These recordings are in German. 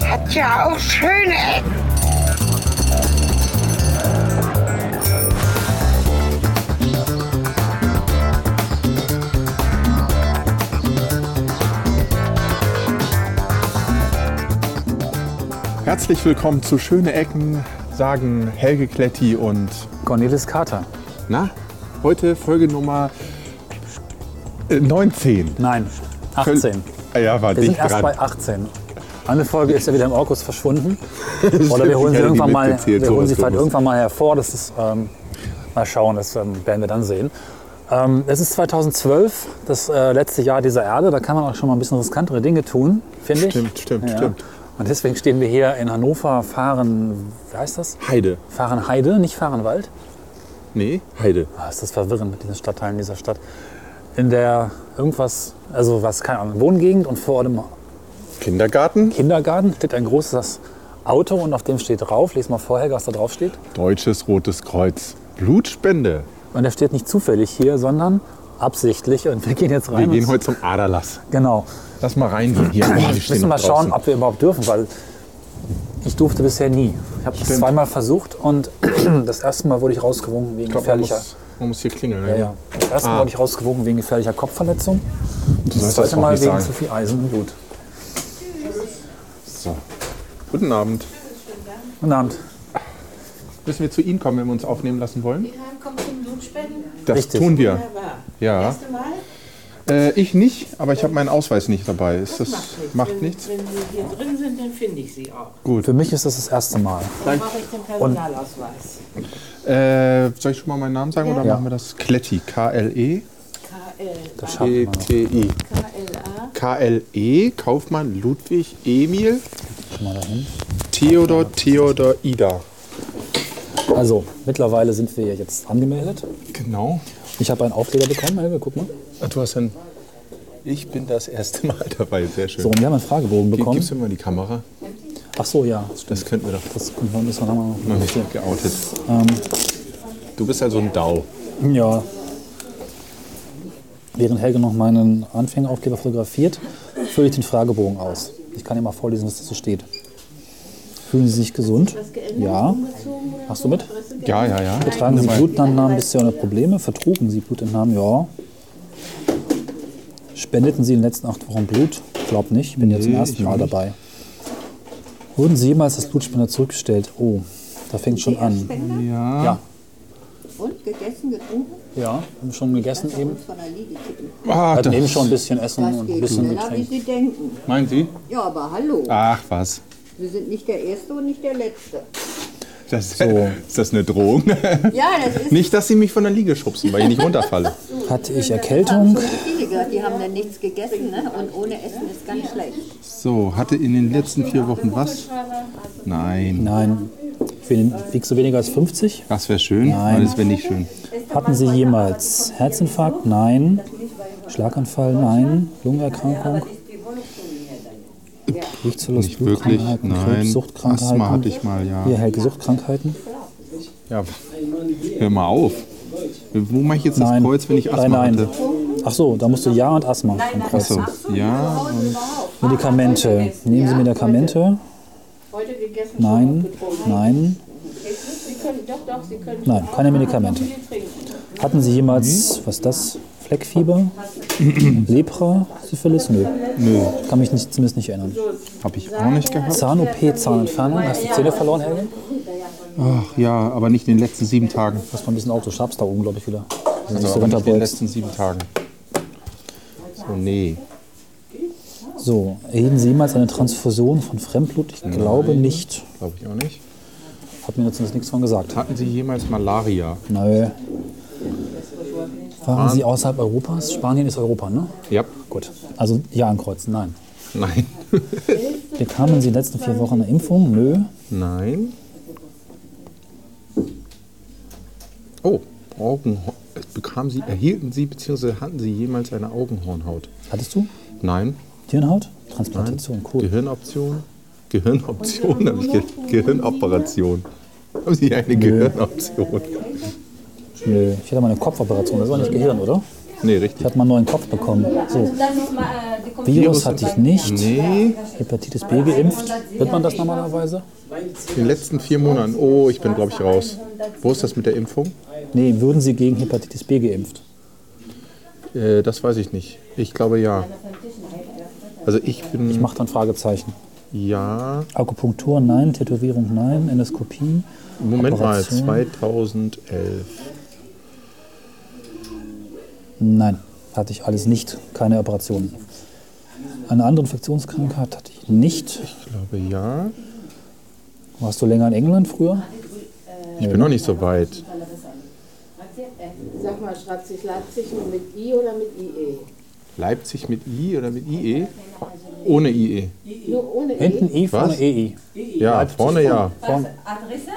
gibt ja auch schöne Ecken. Herzlich willkommen zu Schöne Ecken, sagen Helge Kletti und Cornelis Kater. na, heute Folge Nummer äh, 19. Nein, 18. Ah ja, war Wir dicht sind erst dran. bei 18. Eine Folge ist ja wieder im Orkus verschwunden. Oder Stimmt, wir ich holen sie, hätte die irgendwann mal, mitgezählt, wir holen sowas sie vielleicht Dummes. irgendwann mal hervor. Das ist, ähm, mal schauen, das ähm, werden wir dann sehen. Ähm, es ist 2012, das äh, letzte Jahr dieser Erde. Da kann man auch schon mal ein bisschen riskantere Dinge tun, finde ich. Stimmt, stimmt, Ja. stimmt. Und deswegen stehen wir hier in Hannover, fahren, wie heißt das? Heide. Fahrenheide, nicht Fahrenwald. Nee, Heide. Ah, ist das verwirrend mit diesen Stadtteilen dieser Stadt. In der irgendwas, also was, keine Ahnung, Wohngegend und vor einem Kindergarten. Kindergarten steht ein großes Auto und auf dem steht drauf, les mal vorher, was da drauf steht. Deutsches Rotes Kreuz. Blutspende. Und der steht nicht zufällig hier, sondern absichtlich. Und wir gehen jetzt Wir rein. gehen und- heute zum Aderlass. genau. Lass mal reingehen hier. Boah, wir Wir müssen noch mal schauen, draußen. ob wir überhaupt dürfen, weil ich durfte bisher nie. Ich habe das Stimmt. zweimal versucht und das erste Mal wurde ich rausgewogen wegen Ich glaub, man, gefährlicher. muss, man muss hier klingeln. ne? Ja, ja. Das erste Mal wurde ich rausgewogen wegen gefährlicher Kopfverletzung. Und das sollst das zweite auch Mal nicht wegen sagen. zu viel Eisen im Blut. So. Guten Abend. Guten Abend. Müssen wir zu Ihnen kommen, wenn wir uns aufnehmen lassen wollen? Ja, kommt zum Blutspenden. Das Richtig. tun wir. Wunderbar. Ja. Erste Mal, Äh, ich nicht, aber ich habe meinen Ausweis nicht dabei. Ist das, macht wenn, nichts? Wenn Sie hier drin sind, dann finde ich Sie auch. Für mich ist das das erste Mal. Dann mache ich den Personalausweis. Äh, soll ich schon mal meinen Namen sagen oder Ja. machen wir das? Kletti. E? K-L-E. Äh, KL, Das schafft man. E-T-I. KLA, K-L-E. E, Kaufmann Ludwig Emil Schon mal dahin. Theodor Theodor Ida. Also, mittlerweile sind wir jetzt angemeldet. Genau. Ich habe einen Aufkleber bekommen, Helge, guck mal. Ah, Du hast ein. Ich bin das erste Mal dabei. Sehr schön. So, und wir haben einen Fragebogen Gib- bekommen. Gibst du mir mal die Kamera? Ach so, ja. Das könnten wir doch Das können wir- müssen wir nochmal mal nicht geoutet. Ähm. Du bist also ein Dau. Ja. Während Helge noch meinen Anfängeraufkleber fotografiert, fülle ich den Fragebogen aus. Ich kann dir mal vorlesen, was dazu steht. Fühlen Sie sich gesund? Ja. Machst du mit? Ja, ja, ja. Tragen Sie Blutentnahmen bisher ohne Probleme? Vertrugen Sie Blutentnahmen? Ja. Spendeten Sie in den letzten acht Wochen Blut? Glaub nicht, ich bin jetzt zum ersten Mal dabei. Wurden Sie jemals als Blutspender zurückgestellt? Oh, da fängt schon an. Ja. Ja, Und gegessen, getrunken, ja, haben schon gegessen eben. von der Liege kippen. Ah, Hatten da- eben schon ein bisschen Essen Das und ein geht bisschen schneller, wie Getränk. Sie denken. Meinen Sie? Ja, aber hallo, Ach was. wir sind nicht der Erste und nicht der Letzte. Das, Ist das eine Drohung? Ja, das ist nicht, dass Sie mich von der Liege schubsen, weil ich nicht runterfalle. Hatte ich Erkältung? schon viele gehört, die haben dann nichts gegessen ne? und ohne Essen ist ganz schlecht. So, hatte in den letzten vier Wochen was? Nein. Nein. Wen- Wiegst du weniger als 50? Das wäre schön, Nein. aber das wäre nicht schön. Hatten Sie jemals Herzinfarkt? Nein. Schlaganfall? Nein. Lungenerkrankung? Riecht zu Nicht wirklich, nein. Krebs, Suchtkrankheiten. Asthma hatte ich mal, ja. Hier, Helge, Suchtkrankheiten? Ja, hör mal auf. Wo mache ich jetzt das Nein. Kreuz, wenn ich Asthma nein, nein. hatte? Ach so, da musst du Ja und Asthma im Kreuz. Achso, ja. Und Medikamente. Nehmen Sie Medikamente? heute gegessen, Nein. schon getrunken. Nein. Sie können, doch, doch, Sie können Nein, keine Medikamente. viel trinken. Hatten Sie jemals, was ist das? Fleckfieber? Lepra? Syphilis? Nö. Nö. Kann mich nicht, zumindest nicht erinnern. habe ich auch nicht gehabt. Zahn-OP, Zahnentfernung. Hast du Zähne verloren, Helge? Ach ja, aber nicht in den letzten sieben Tagen. Lass mal ein bisschen auf, du schabst da oben, glaube ich, wieder. Wenn du Also aber nicht so in den runterbeugst. letzten sieben Tagen. So, nee. So, erhielten Sie jemals eine Transfusion von Fremdblut? Ich glaube nicht. Glaube ich auch nicht. Hat mir dazu jetzt nichts von gesagt. Hatten Sie jemals Malaria? Nö. Waren Sie außerhalb Europas? Spanien ist Europa, ne? Ja. Gut. Also ja ankreuzen, nein. Nein. Bekamen Sie in den letzten vier Wochen eine Impfung? Nö. Nein. Oh, Augenhorn. Bekamen Sie, erhielten Sie bzw. hatten Sie jemals eine Augenhornhaut? Hattest du? Nein. Tierenhaut? Transplantation, cool. Gehirnoption? Gehirnoption habe ich ge Gehirnoperation. Haben Sie eine Gehirnoption? Nö. Ich hatte mal eine Kopfoperation, das war nicht Gehirn, oder? Nee, Ich richtig. habe mal einen neuen Kopf bekommen. So, Virus Virus hatte ich hat- nicht. Nee, Hepatitis B geimpft. Wird man das normalerweise? in den letzten vier Monaten. Oh, ich bin, glaube ich, raus. Wo ist das mit der Impfung? Nee, würden Sie gegen Hepatitis B geimpft? Äh, das weiß ich nicht. Ich glaube ja. Also ich bin Ich mache dann Fragezeichen. ja. Akupunktur nein, Tätowierung nein, Endoskopie. Moment mal, Operation. 2011. Nein, hatte ich alles nicht. Keine Operationen. Eine andere Infektionskrankheit hatte ich nicht. Ich glaube ja. Warst du länger in England früher? Ich bin noch nicht so weit. Sag mal, schreibt sich Leipzig nur mit I E? oder mit IE? Leipzig mit I oder mit IE? Ohne IE. Nur ohne E? Hinten I, vorne Was? EI. Ja, vorne ja. Vorne. Adresse? Ja.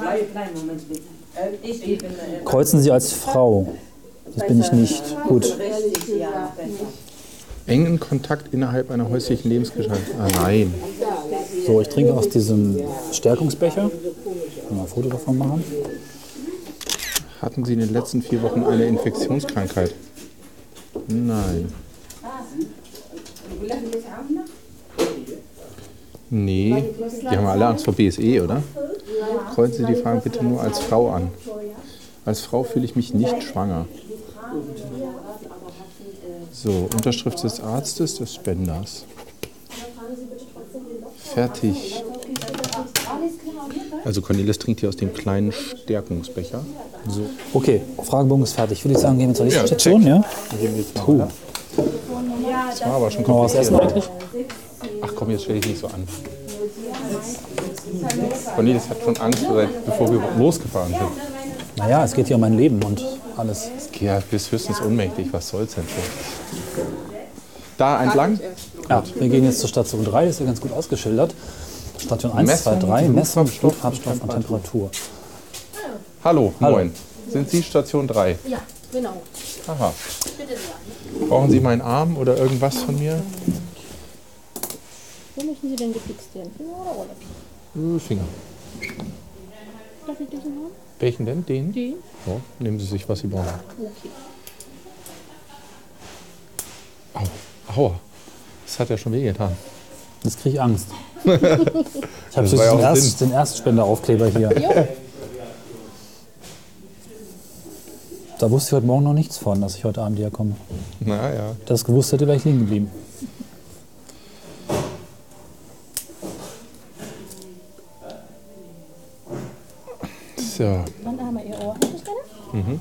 E Warte, kleinen Moment bitte. Ich bin äh, Kreuzen Sie als Frau. Das bin ich nicht. Gut. richtig, ja, besser. Engen Kontakt innerhalb einer häuslichen Lebensgesellschaft. Ah, nein. So, ich trinke aus diesem Stärkungsbecher. Mal ein Foto davon machen. Hatten Sie in den letzten vier Wochen eine Infektionskrankheit? Nein. Nee, die haben alle Angst vor BSE, oder? Kreuzen Sie die Fragen bitte nur als Frau an. Als Frau fühle ich mich nicht schwanger. So, Unterschrift des Arztes, des Spenders. Fertig. Also Cornelis trinkt hier aus dem kleinen Stärkungsbecher. So. Okay, Fragebogen ist fertig. Würde ich sagen, gehen wir zur nächsten Station, ja? Puh. Das war aber schon Noch was essen eigentlich? Ach komm, jetzt stell dich nicht so an. Cornelis hat schon Angst, seit bevor wir losgefahren sind. Naja, es geht hier um mein Leben und alles. Ja, du bist höchstens ohnmächtig. Was soll's denn schon? Da entlang. Ja, wir gehen jetzt zur Station 3, das ist ja ganz gut ausgeschildert. Station 1, 2, Messung, 3, Messung, Blutfarbstoff, Blutfarbstoff und Temperatur. Hallo, Hallo. moin. Sind Sie Station 3? Ja, genau. Aha. Brauchen Sie meinen Arm oder irgendwas von mir? Wo möchten Sie denn gefixt werden? Finger oder Rolle? Äh, Finger. Darf ich diesen haben? Welchen denn? Den? Den. Ja, nehmen Sie sich, was Sie brauchen. Okay. Au. Aua. Das hat ja schon wehgetan. Jetzt kriege ich Angst. Ich habe Das war ja den, auch Erst, den Erstspenderaufkleber hier. Da wusste ich heute Morgen noch nichts von, dass ich heute Abend hier komme. Naja. Das gewusst hätte, wäre ich liegen geblieben. So. Mhm. Dann haben wir Ihr Ohr angestellt.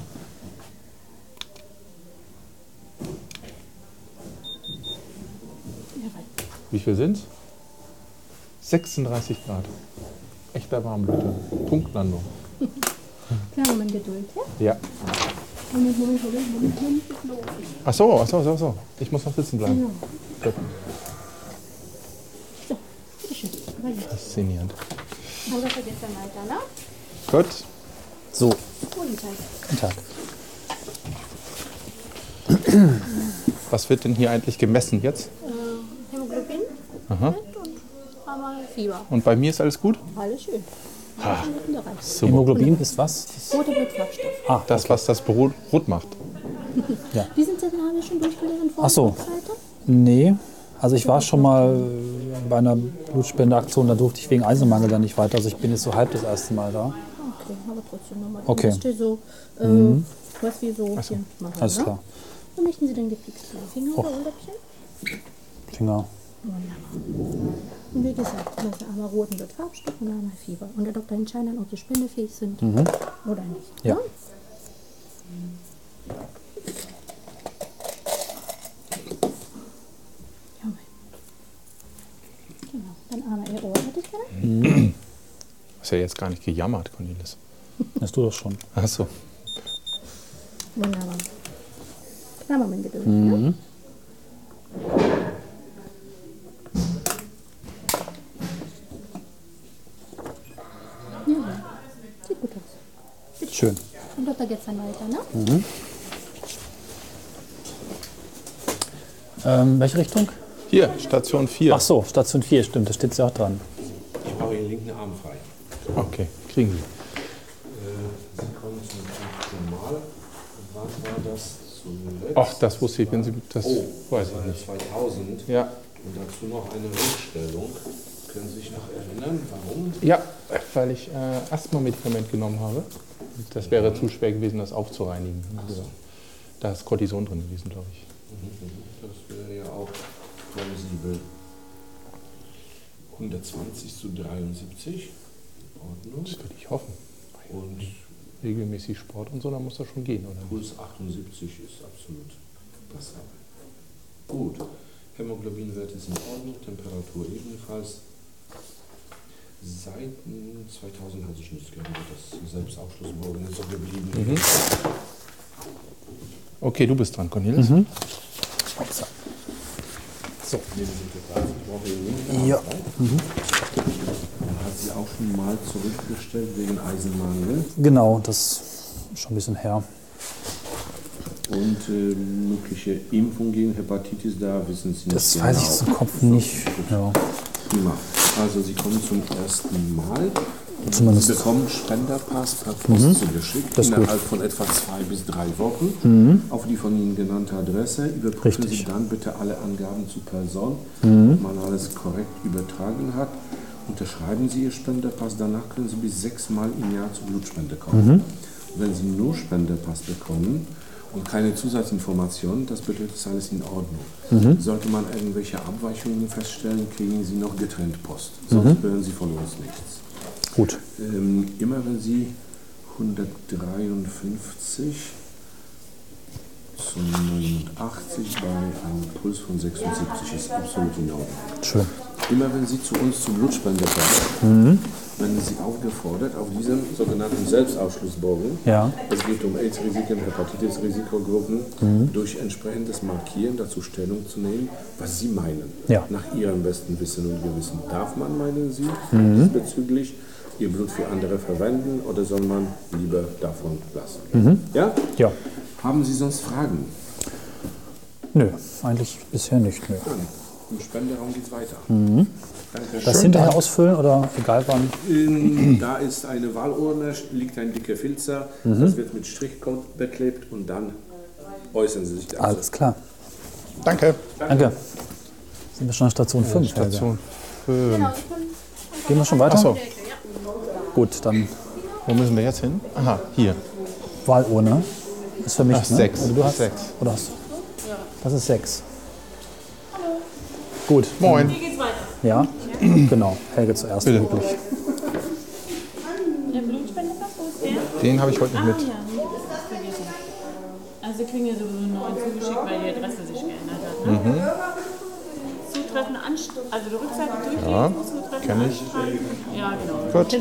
Wie viel sind's? 36 Grad. Echter warm, Leute. Punktlandung. Klar, Moment, Geduld, ja? Ja. Moment, Moment, Moment, Moment, Moment. Genau. Ach so, ach so, ach so, ach so. Ich muss noch sitzen bleiben. Gut. So, bitteschön. Aber jetzt Faszinierend. haben wir vergessen weiter, ne? Gut. So, Guten Tag. guten Tag. Was wird denn hier eigentlich gemessen jetzt? Äh, Hämoglobin Aha. und aber Fieber. Und bei mir ist alles gut? Alles schön. Ha. Mitten da rein. Super. Hämoglobin ist was? Das- Roter Blutfarbstoff. Ah, Das, was das Brot rot macht. Diesen Zettel haben wir schon durchgelesen vor Ach so. Nee. Also ich war schon mal äh, bei einer Blutspendeaktion, da durfte ich wegen Eisenmangel dann nicht weiter. Also ich bin jetzt so halb das erste Mal da. Okay, aber trotzdem nochmal. Okay. Mhm. Das steht so, äh, was wir so hier machen. Alles ne? klar. Oh. Wo möchten Sie denn gefixt werden? Finger oder Ohrläppchen? Finger. Und wie gesagt, das ist einmal roten wird Farbstoff und einmal Fieber. Und der Doktor entscheidet dann, ob sie spendefähig sind oder nicht. Ja. ne? Ja, mein. Genau, dann einmal ihr Ohr hätte ich gerne. Ist ja jetzt gar nicht gejammert, Cornelis. Hast du das schon? Ach so. Wunderbar. Klammer mein Geduld. Ne? Ja, sieht gut aus. Schön. Und Doktor geht's dann weiter, ne? Ähm, welche Richtung? Hier, Station 4. Ach so, Station 4, stimmt, da steht sie auch dran. Ich mache Ihren linken Arm frei. Okay, kriegen Sie. Sie kommen zum fünften Mal. Wann war das zuletzt? Ach, das wusste ich, wenn Sie, das Oh, weiß ich seit nicht. 2000 Ja, und dazu noch eine Rückstellung. Können Sie sich noch erinnern, warum? ja weil ich äh, Asthma-Medikament genommen habe. Das wäre zu schwer gewesen, das aufzureinigen. Da ist Cortison drin gewesen, glaube ich. Mhm, Das wäre ja auch plausibel. 120 zu 73. In Ordnung. Das würde ich hoffen. Und Regelmäßig Sport und so, dann muss das schon gehen, oder? Puls 78 ist absolut passabel. Gut. Hämoglobinwert ist in Ordnung, Temperatur ebenfalls. Seit hm, 2000 hat sich nichts geändert. Das Selbstaufschlussmorgen ist so geblieben. Mhm. Okay, du bist dran, Cornelis. Ja. Hat sie auch schon mal zurückgestellt wegen Eisenmangel. Genau, das ist schon ein bisschen her. Und äh, mögliche Impfung gegen Hepatitis, da wissen Sie nicht Das genau. weiß ich zum Kopf nicht. Ja. Prima. Also Sie kommen zum ersten Mal. Zumindest. Mhm. Sie bekommen Spenderpass per Post zugeschickt Das ist gut. Mhm. innerhalb von etwa zwei bis drei Wochen auf die von Ihnen genannte Adresse. Überprüfen Richtig. Mhm. Sie dann bitte alle Angaben zur Person, ob man alles korrekt übertragen hat. Unterschreiben Sie Ihr Spenderpass. Danach können Sie bis sechsmal im Jahr zur Blutspende kommen. Mhm. Wenn Sie nur Spenderpass bekommen und keine Zusatzinformationen, das bedeutet, es ist alles in Ordnung. Mhm. Sollte man irgendwelche Abweichungen feststellen, kriegen Sie noch getrennt Post. Sonst Mhm. hören Sie von uns nichts. Gut. Ähm, immer wenn Sie 153 zu 89 bei einem Puls von 76 ist absolut in Ordnung. Schön. Immer wenn Sie zu uns zum Blutspender kommen, Mhm. werden Sie aufgefordert, auf diesem sogenannten Selbstausschlussbogen Ja. es geht um AIDS-Risiken, Hepatitis-Risikogruppen, Mhm. durch entsprechendes Markieren dazu Stellung zu nehmen, was Sie meinen. Ja. Nach Ihrem besten Wissen und Gewissen. Darf man, meinen Sie, Mhm. diesbezüglich Ihr Blut für andere verwenden oder soll man lieber davon lassen? Mhm. Ja? Ja. Haben Sie sonst Fragen? Nö, eigentlich bisher nicht. Nö. Dann Im Spenderraum geht's weiter. Mhm. Danke. Das hinterher ausfüllen oder egal wann? Ähm, da ist eine Wahlurne, liegt ein dicker Filzer, das wird mit Strichcode beklebt und dann äußern Sie sich dazu. Alles klar. Danke. Danke. Sind wir schon an Station 5? Station 5. Gehen wir schon weiter? Achso, Gut, dann wo müssen wir jetzt hin? Aha, hier. Wahlurne. Ist für mich Ach, ne? sechs. Also du hast Sechs. Oder hast du? Das ist 6. Gut. Moin. Ja, genau. Helge zuerst. Bitte. wirklich. Der Blutspendepass, wo ist der? Den habe ich heute nicht Ah mit. ja, vergessen. Also kriegen wir sowieso einen neuen zugeschickt, weil die Adresse sich geändert hat. Ne? Zutreffen, anstreichen, also die Rückseite durchlesen, Mhm. Ja, zutreffen, kenn ich. anstreichen. Ja, genau. Gut.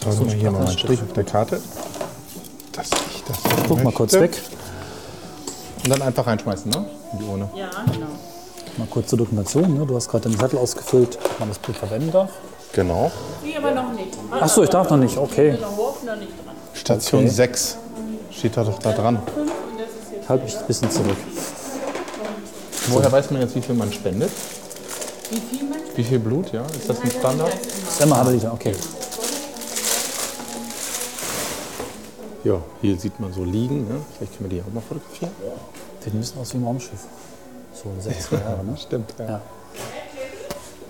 So, also hier mal einen Strich auf der Karte. Das ich das nicht Guck mal kurz möchte. weg. Und dann einfach reinschmeißen, ne? In die Urne. Ja, genau. Mal kurz zur Dokumentation. Ne? Du hast gerade den Zettel ausgefüllt, ob man das Blut verwenden darf. Genau. Nee, aber noch nicht. Achso, ich darf noch nicht. Okay. Der Hof noch nicht dran. Station 6 steht da doch da dran. Ich halte mich ein bisschen zurück. Woher weiß man jetzt, wie viel man spendet? Wie viel man Wie viel Blut, ja? Ist das ein Standard? Emma hatte dich. Okay. Ja, hier sieht man so liegen, ne? Vielleicht können wir die auch mal fotografieren. Sieht ein bisschen aus wie ein Raumschiff. So 60er Jahre, ne? Stimmt, ja. Ja.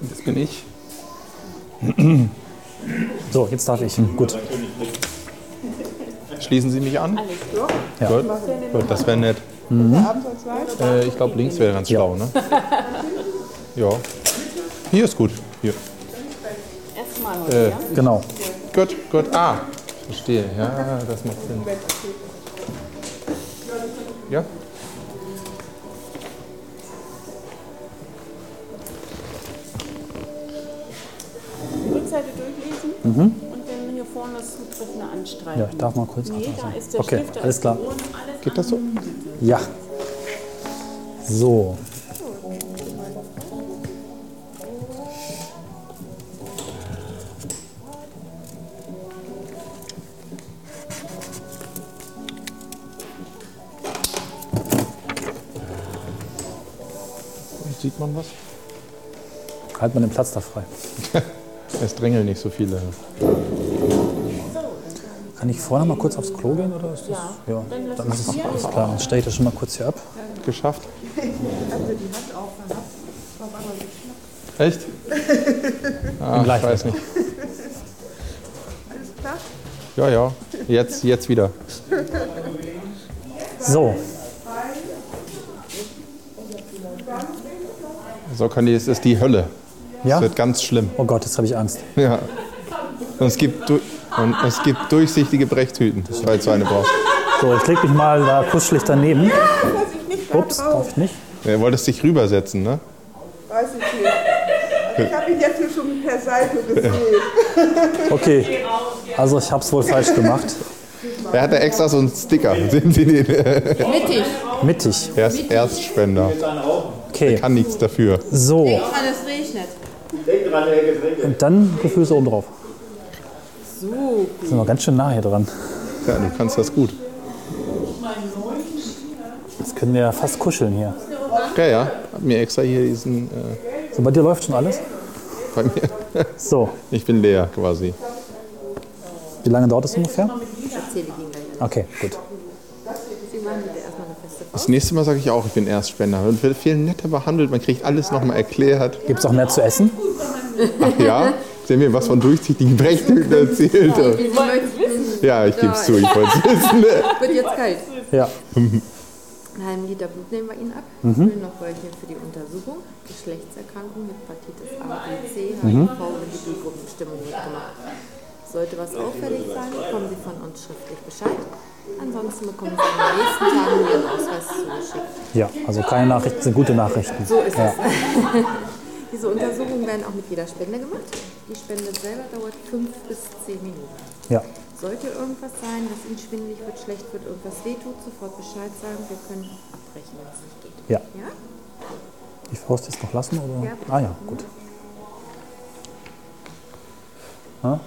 Das bin ich. So, jetzt darf ich. Gut. Schließen Sie mich an. Ja. Gut. Gut, das wäre nett. Mhm. Äh, ich glaube, links wäre ganz schlau, ne? Ja. Hier ist gut. Hier. erstmal heute? Äh, Genau. gut, gut. Ah, verstehe. Ja, das macht Sinn. Ja? Die Rückseite durchlesen Mhm. und dann hier vorne das Zutreffende anstreichen. Ja, ich darf mal kurz Nee, da abwarten. ist der Okay, Stift, da alles ist klar. die Urne, alles Geht das so? Ja. So. Sieht man was? Halt mal den Platz da frei. Es drängeln nicht so viele. Kann ich vorher noch mal kurz aufs Klo gehen oder ist das? Ja. Dann ist es alles klar. Dann stelle ich das schon mal kurz hier ab. Geschafft. Echt? Ah, ich Leichter. weiß nicht. Ja, ja. Jetzt, jetzt wieder. So, So kann die, es ist die Hölle. ja. Es wird ganz schlimm. Oh Gott, jetzt habe ich Angst. Ja. Und es gibt, du- und es gibt durchsichtige Brechtüten, falls du eine brauchst. So, ich lege mich mal da kuschelig daneben. Ups, darf ich nicht? Ja, Du wolltest dich rübersetzen, ne? Weiß ich nicht. Also ich habe ihn jetzt hier schon per Seite gesehen. Okay, also ich habe es wohl falsch gemacht. Er hat da extra so einen Sticker. Sehen Sie den? Mittig. Mittig. Er ist Erstspender. Okay, Kann nichts dafür. so. Weil es regnet. Und dann Gefüße oben drauf. So. Sind wir ganz schön nah hier dran. Ja, du kannst das gut. Jetzt können wir fast kuscheln hier. Ja, ja. Hab mir extra hier diesen. Äh, So, bei dir läuft schon alles? bei mir. So, Ich bin leer quasi. wie lange dauert das ungefähr? Okay, gut. Das nächste Mal sage ich auch, ich bin Erstspender. Man wird viel netter behandelt, man kriegt alles nochmal erklärt. Gibt es auch mehr zu essen? Ach ja? Sie haben mir was von durchsichtigen Brechtüten erzählt. Ja, ich gebe es zu, ich wollte es wissen. Wird jetzt kalt. Ja. Einen halben Liter Blut nehmen wir Ihnen ab. Mhm. Ich will noch welche für die Untersuchung. Geschlechtserkrankung, Hepatitis A, B, C, HIV Mhm. und die B-Gruppenbestimmung wird gemacht. Sollte was auffällig sein, bekommen Sie von uns schriftlich Bescheid. Ansonsten bekommen Sie in den nächsten Tagen Ihren Ausweis zugeschickt. Ja, also keine Nachrichten sind gute Nachrichten. So ist ja. es. Diese Untersuchungen werden auch mit jeder Spende gemacht. Die Spende selber dauert 5 bis 10 Minuten. Ja. Sollte irgendwas sein, dass Ihnen schwindelig wird, schlecht wird, irgendwas wehtut, sofort Bescheid sagen. Wir können abbrechen, wenn es nicht geht. ja. Ja? Die Faust jetzt noch lassen? Oder? Ja. Ah ja, gut. Ja?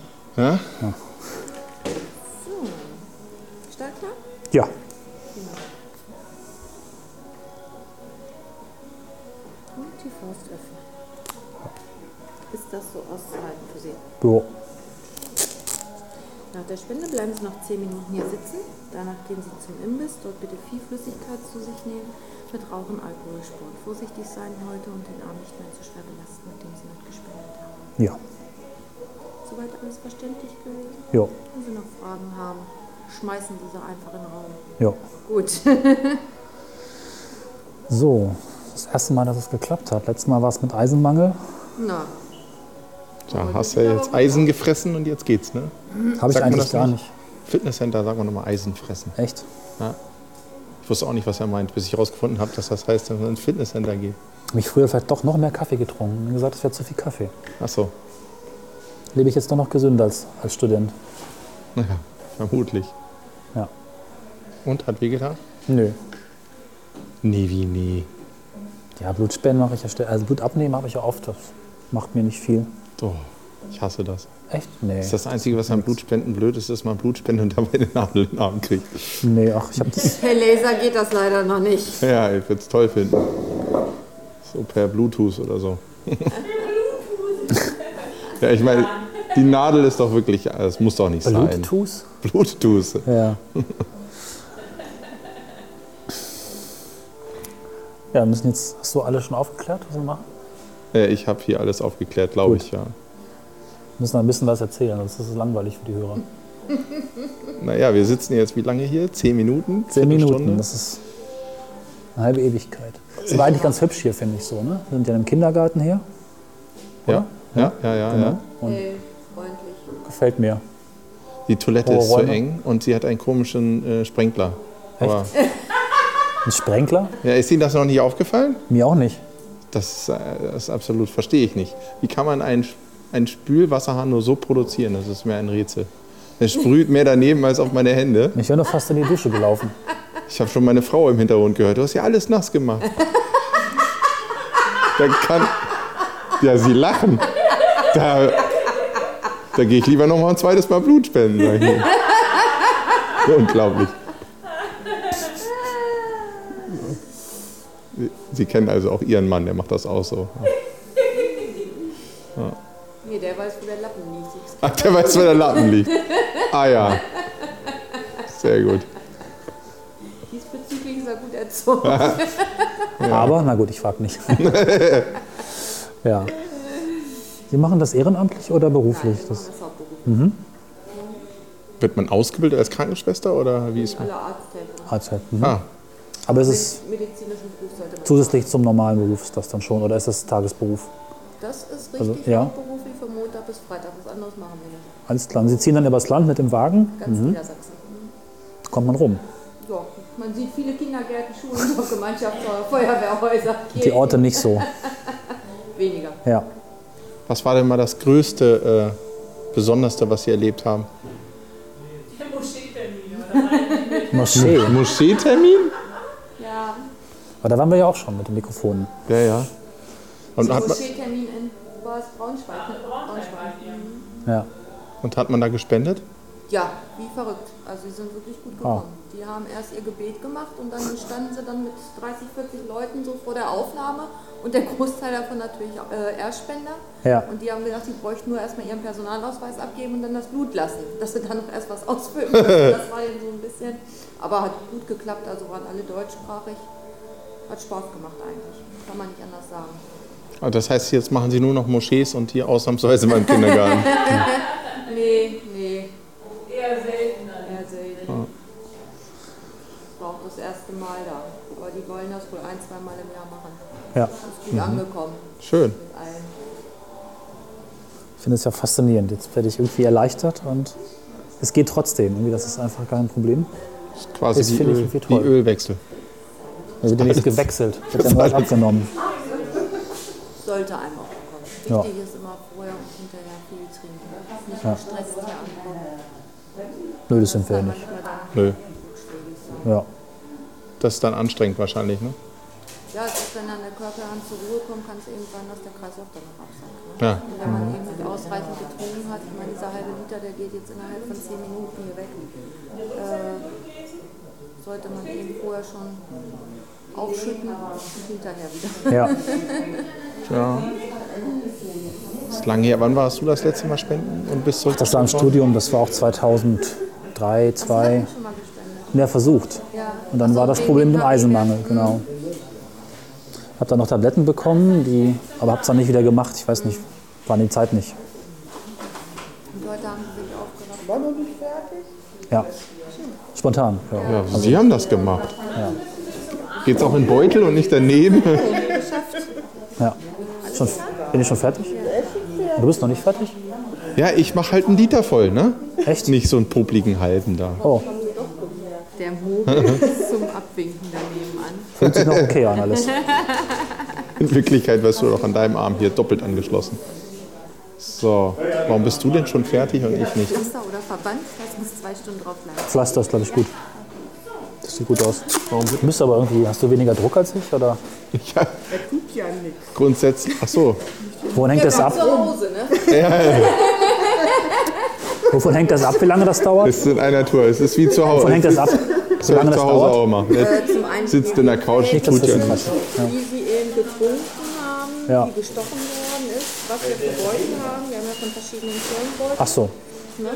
Stark klar? Ja. Und die Faust öffnen. Ist das so auszuhalten für Sie? Jo. Nach der Spende bleiben Sie noch 10 Minuten hier sitzen. Danach gehen Sie zum Imbiss. Dort bitte viel Flüssigkeit zu sich nehmen. Mit Rauchen, Alkohol, Sport vorsichtig sein heute und den Arm nicht mehr zu schwer belasten, mit dem Sie noch gespendet haben. Ja. Soweit alles verständlich gewesen? Jo. Wenn Sie noch Fragen haben, schmeißen Sie sie einfach in den Raum. Jo. Gut. So. Das erste Mal, dass es geklappt hat. Letztes Mal war es mit Eisenmangel. Na, Da hast du ja jetzt Eisen gefressen und jetzt geht's, ne? Hm. Habe Sagt ich man eigentlich das gar nicht? nicht. Fitnesscenter sagen wir nochmal Eisen fressen. Echt? Ich wusste auch nicht, was er meint, bis ich herausgefunden habe, dass das heißt, dass man ins Fitnesscenter geht. Habe ich früher vielleicht doch noch mehr Kaffee getrunken. Mir gesagt, es wäre zu viel Kaffee. Ach so, Lebe ich jetzt doch noch gesünder als, als Student? naja, vermutlich. Ja. Und hat wehgetan? Nö. Nee, wie nee. Ja, Blutspenden mache ich ja ständig. Also Blut abnehmen habe ich ja oft. Das macht mir nicht viel. Doch, ich hasse das. Echt? Nee. Das ist das Einzige, was an Blutspenden blöd ist, ist, dass man Blutspende und dabei eine Nadel in den Arm kriegt. Nee, ach, ich habe das. per Laser geht das leider noch nicht. Ja, ich würde es toll finden. So per Bluetooth oder so. ja, ich meine, die Nadel ist doch wirklich, das muss doch nicht sein. Bluetooth? Bluetooth. Ja. ja, müssen jetzt. Hast du alle schon aufgeklärt, was wir machen? Äh, ich habe hier alles aufgeklärt, glaube Gut. ich, ja. Wir müssen noch ein bisschen was erzählen, sonst ist es langweilig für die Hörer. Naja, wir sitzen jetzt wie lange hier? Zehn Minuten? Zehn Minuten, Viertelstunde? das ist eine halbe Ewigkeit. Es war eigentlich ganz hübsch hier, finde ich so. Ne? Wir sind ja im Kindergarten hier. Genau. Ja, ja, ja, ja, ja. Freundlich. Gefällt mir. Die Toilette Hohe ist zu Räume. eng und sie hat einen komischen äh, Sprenkler. Aber, Ein Sprenkler? ja, ist Ihnen das noch nicht aufgefallen? Mir auch nicht. Das, äh, das absolut verstehe ich nicht. Wie kann man einen, einen Spülwasserhahn nur so produzieren? Das ist mir ein Rätsel. Es sprüht mehr daneben als auf meine Hände. Ich wäre nur fast in die Dusche gelaufen. Ich habe schon meine Frau im Hintergrund gehört. Du hast ja alles nass gemacht. Da kann. Ja, sie lachen. Da, da gehe ich lieber noch mal ein zweites Mal Blut spenden. sag ich Ihnen. Unglaublich. Sie- Sie kennen also auch Ihren Mann, der macht das auch so. Nee, der weiß, wo der Lappen liegt. Ach, der weiß, wo der Lappen liegt. Ah ja. Sehr gut. Diesbezüglich ist er gut erzogen. Aber, na gut, ich frage nicht. ja. Sie machen das ehrenamtlich oder beruflich? Das, mhm. Wird man ausgebildet als Krankenschwester oder wie ist man? Alle Arzthelfer. Arztheit. Mhm. Ah, Aber es ist Medizinischen Beruf sollte man zusätzlich zum normalen Beruf ist das dann schon oder ist das Tagesberuf? Das ist richtig Also, ja. hauptberuflich von Montag bis Freitag. Was anderes machen wir nicht. Alles klar. Und Sie ziehen dann übers Land mit dem Wagen, Ganz Niedersachsen. kommt man rum. Ja, man sieht viele Kindergärten, Schulen, Gemeinschaftshäuser, Feuerwehrhäuser. Die Orte nicht so. Weniger. Ja. Was war denn mal das Größte, äh, Besonderste, was Sie erlebt haben? Moschee. Moscheetermin? Ja, Aber da waren wir ja auch schon mit dem Mikrofon. Ja, ja. Und hat, man, Moscheetermin in war es Braunschweig. ne? Braunschweig. Ja. und hat man da gespendet? Ja, wie verrückt. Also sie sind wirklich gut gekommen. Die haben erst ihr Gebet gemacht und dann standen sie dann mit 30, 40 Leuten so vor der Aufnahme und der Großteil davon natürlich äh, Erstspender. Ja. Und die haben gedacht, sie bräuchten nur erstmal ihren Personalausweis abgeben und dann das Blut lassen, dass sie dann noch erst was ausfüllen müssen. Das war ihnen so ein bisschen. Aber hat gut geklappt, also waren alle deutschsprachig. Hat Spaß gemacht eigentlich. Kann man nicht anders sagen. Ah, Das heißt, jetzt machen Sie nur noch Moschees und hier ausnahmsweise mal im Kindergarten. Nee, nee. Eher selten. Eher selten. Das war auch das erste Mal da. Aber die wollen das wohl ein, zwei Mal im Jahr machen. Ja. Ist gut angekommen Schön. mit allen. Ich finde es ja faszinierend. Jetzt werde ich irgendwie erleichtert und es geht trotzdem. Irgendwie, das ist einfach kein Problem. Ist quasi Das wie, finde ich Öl, irgendwie wie toll. Ölwechsel. Da wird ja nichts gewechselt. Wird ja neu abgenommen. Sollte einem auch bekommen. Ja. Wichtig ist immer vorher und hinterher viel trinken. Nicht Ja. gestresst hier ankommen. Nö, das sind wir ja Weil nicht. manchmal Nö. dann rückschlägig sein. Ja. Das ist dann anstrengend wahrscheinlich, ne? Ja, es ist, wenn dann der Körper dann zur Ruhe kommt, kann es eben sein, dass der Kreislauf dann noch absackt. Ne? Ja. Und wenn man eben nicht ausreichend getrunken hat, ich meine, dieser halbe Liter, der geht jetzt innerhalb von 10 Minuten hier weg, äh, sollte man eben vorher schon aufschütten und hinterher wieder. Ja. Ja. Ist lange her. Wann warst du das letzte Mal spenden und bist zurück? Das war im Studium, das war auch 2003, 2 Schon mal gespendet. mehr versucht. Ja. Und dann war das Problem mit dem Eisenmangel, genau. Hab dann noch Tabletten bekommen, die, aber hab's dann nicht wieder gemacht. Ich weiß nicht, war an die Zeit nicht. Die Leute haben sich aufgerafft. War noch nicht fertig? Ja. Spontan. Ja. Ja, Sie haben das gemacht. Geht's auch in Beutel und nicht daneben? ja. Schon, bin ich schon fertig? Du bist noch nicht fertig? Ja, ich mache halt einen Liter voll, ne? Echt? Nicht so einen publiken halben da. Oh, Der Mobil ist zum Abwinken daneben an. fühlt sich noch okay an alles. In Wirklichkeit wirst du doch an deinem Arm hier doppelt angeschlossen. So, warum bist du denn schon fertig und ich nicht? Pflaster oder Verband, das muss zwei Stunden drauf bleiben. Pflaster ist, glaube ich, gut. Das sieht gut aus. Du bist aber irgendwie, hast du weniger Druck als ich? Oder? Ja, Tut ja nichts. grundsätzlich. Ach so, Wovon hängt das ab? Zur Hose, ne? Wovon hängt das ab, wie lange das dauert? es ist in einer Tour. Es ist wie zu Hause. Wovon hängt das ab, wie Das lange das zu Hause auch dauert? immer. Äh, zum einen Sitzt in der Couch, Nicht, dass tut das ja ein nichts. Quatsch die sie eben getrunken haben, Ja. die gestochen worden ist, was wir verbeuten haben. Wir haben ja von verschiedenen Firmen Beute, Ach so. ne?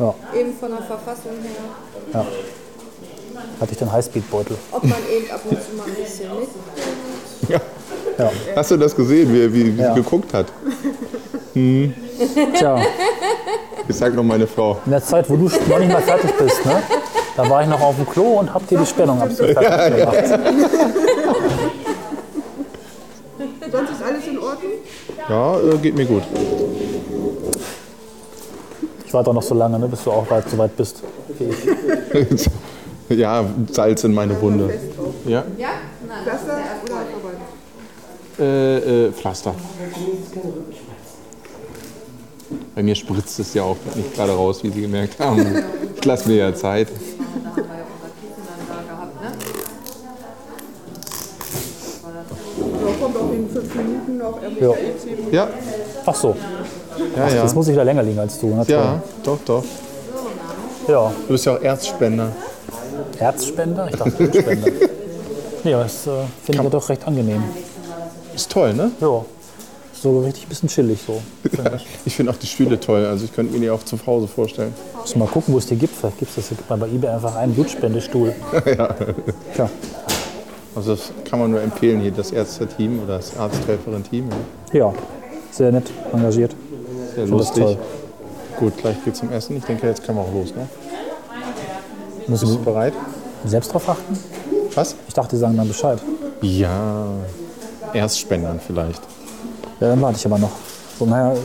Ja, eben von der Verfassung her, hatte ich den Highspeed-Beutel. ob man eben ab und zu mal ein bisschen mitbringt. Ja. Ja. Hast du das gesehen, wie, wie, wie Ja. sie geguckt hat? Hm. Tja, Ich sag noch meine Frau. in der Zeit, wo du noch nicht mal fertig bist, ne? Da war ich noch auf dem Klo und hab dir die Spannung abgefertigt gemacht. Sonst ist alles in Ordnung? Ja, äh, geht mir gut. Ich warte auch noch so lange, ne? Bis du auch weit, so weit bist. wie ich. ja, Salz in meine Wunde. Ja? Wasser oder Verband? Äh, äh, Pflaster. Bei mir spritzt es ja auch nicht gerade raus, wie Sie gemerkt haben. Ich lasse mir ja Zeit. Da haben wir ja unser Kissen dann da gehabt, ne? Da kommt auch in fünf Minuten noch Ja. irgendwelche zehn Minuten. Ja, Ach so, ja, ja. jetzt muss ich da länger liegen als du. Na toll. Ja, doch, doch. ja. Du bist ja auch Erzspender. Herzspender? Ich dachte Blutspender. nee, aber das äh, finde ich ja doch recht angenehm. Ist toll, ne? Ja. so richtig ein bisschen chillig so. Ich finde auch die Stühle toll. Also ich könnte mir die auch zu Hause vorstellen. Muss mal gucken, wo es die gibt. Vielleicht gibt es das hier mal bei eBay einfach einen Blutspendestuhl. ja. Tja. Also das kann man nur empfehlen hier, das Ärzte-Team oder das Arzthelferin-Team. Ja. Ja, sehr nett, engagiert. Sehr Schon das lustig. toll. Gut, gleich geht's zum Essen. Ich denke, jetzt können wir auch los. Ne? Müssen Bist du bereit? wir selbst drauf achten? Was? Ich dachte, die sagen dann Bescheid. Ja. Erstspendern vielleicht. Ja, dann warte ich aber noch. So, naja,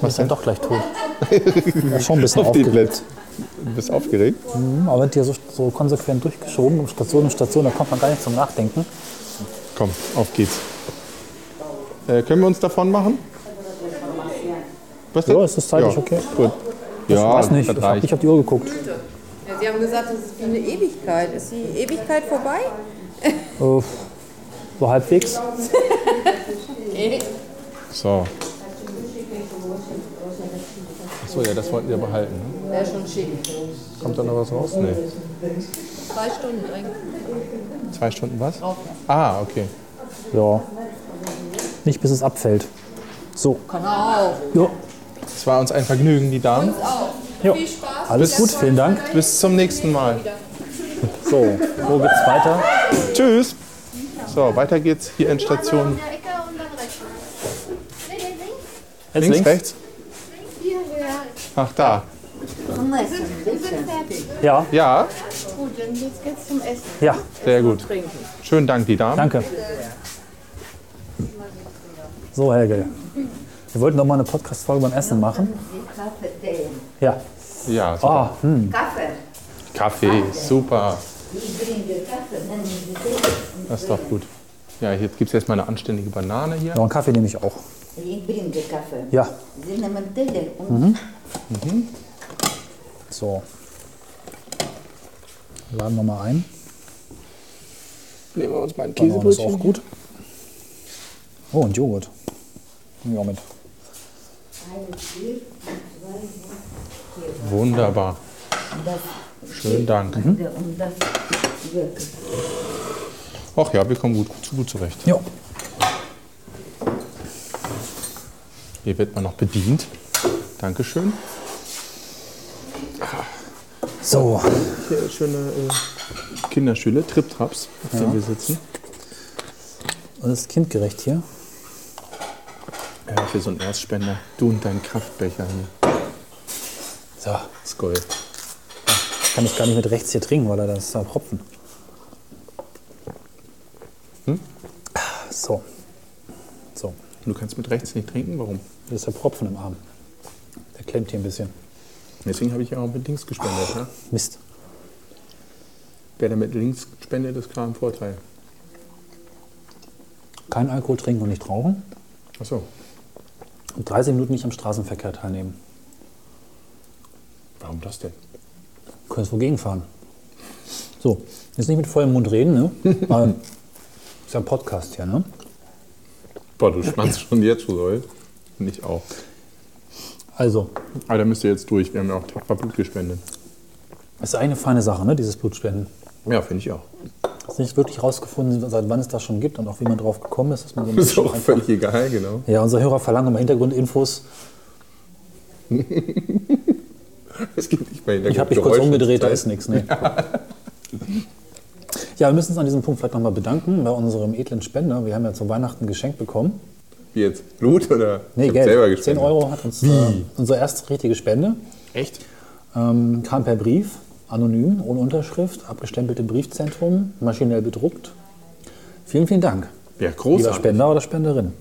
was dann doch gleich tot. Ja, schon ein bisschen Auf die aufgeregt. Du bist aufgeregt? Mhm, Aber wenn die ja so, so konsequent durchgeschoben, um Station um Station, da kommt man gar nicht zum Nachdenken. Komm, auf geht's. Äh, können wir uns davon machen? Was denn? Ja, ist das zeitlich okay? Gut. ich Ja, weiß nicht, das ich habe reicht. nicht auf die Uhr geguckt. Ja, Sie haben gesagt, das ist wie eine Ewigkeit. Ist die Ewigkeit vorbei? Äh, so halbwegs. So. Achso, ja, das wollten wir behalten. ne? Wäre schon schick. Kommt da noch was raus? Nee. Zwei Stunden eigentlich. Zwei Stunden was? Ah, okay. Ja. Nicht bis es abfällt. So. Kann auch. Ja. Es war uns ein Vergnügen, die Damen. Auch. Ja. Viel Spaß. Alles gut, vielen Dank. Bis zum nächsten Mal. So, wo geht's weiter? Tschüss. So, weiter geht's hier in Station der Ecke und dann rechts. Nee, nee, links. links, rechts. Hier, ja. Ach, da. Wir sind fertig. Ja, Ja, Gut, dann jetzt geht's zum Essen. ja, sehr gut. Schönen Dank, die Damen. danke. So, Helge. Wir wollten noch mal eine Podcast-Folge beim Essen machen. Ja. Ja, super. Ah, hm. Ah. Kaffee, super. Das ist doch gut. Ja, jetzt gibt es erstmal eine anständige Banane hier. Noch einen Kaffee nehme ich auch. Ich bringe Kaffee. Ja, Sie nehmen um Teller und so. Laden wir mal ein. Nehmen wir uns mal ein Bananen ist auch gut. Oh, und Joghurt. Nehmen wir auch mit. Wunderbar. Schönen Dank. Mhm. und das wirklich. Ach ja, wir kommen gut, gut, gut zurecht. Jo. Hier wird man noch bedient. Dankeschön. So, Hier schöne Kinderstühle, Triptraps, auf denen wir sitzen. alles kindgerecht hier. Ja, für so einen Erstspender. Du und dein Kraftbecher hier. So, Das ist Gold. ich kann das gar nicht mit rechts hier trinken, weil da das ist da Propfen. Hm? So. So, Du kannst mit rechts nicht trinken. Warum? das ist der Propfen im Arm. Der klemmt hier ein bisschen. Deswegen habe ich ja auch mit links gespendet. Ne? Mist. Wer der mit links spendet, ist klar im Vorteil. Kein Alkohol trinken und nicht rauchen. Achso. Und 30 Minuten nicht am Straßenverkehr teilnehmen. Warum das denn? Könntest wogegen fahren. So, jetzt nicht mit vollem Mund reden, ne? Weil ist ja ein Podcast hier, ne? Boah, du schmatzt schon jetzt schon, oder? Nicht auch. Also, Aber Ah, da müsst ihr jetzt durch. Wir haben ja auch tapfer Blut gespendet. ist eine feine Sache, ne? Dieses Blutspenden. Ja, finde ich auch. Ist nicht wirklich rausgefunden, seit wann es das schon gibt und auch wie man drauf gekommen ist, dass man so ein Ist bisschen auch einfach- völlig egal, genau. Ja, unsere Hörer verlangen immer Hintergrundinfos. Es gibt nicht mehr Ich habe mich kurz umgedreht, da ist nichts. Nee. Ja, wir müssen uns an diesem Punkt vielleicht nochmal bedanken bei unserem edlen Spender. Wir haben ja zu Weihnachten ein Geschenk bekommen. Wie jetzt? Blut oder? Nee, Ich hab Geld. Selber 10 gespendet. Euro hat uns äh, unsere erste richtige Spende. Echt? Ähm, kam per Brief, anonym, ohne Unterschrift, abgestempelte Briefzentrum, maschinell bedruckt. Vielen, vielen Dank, Ja, lieber großartig. Spender oder Spenderin.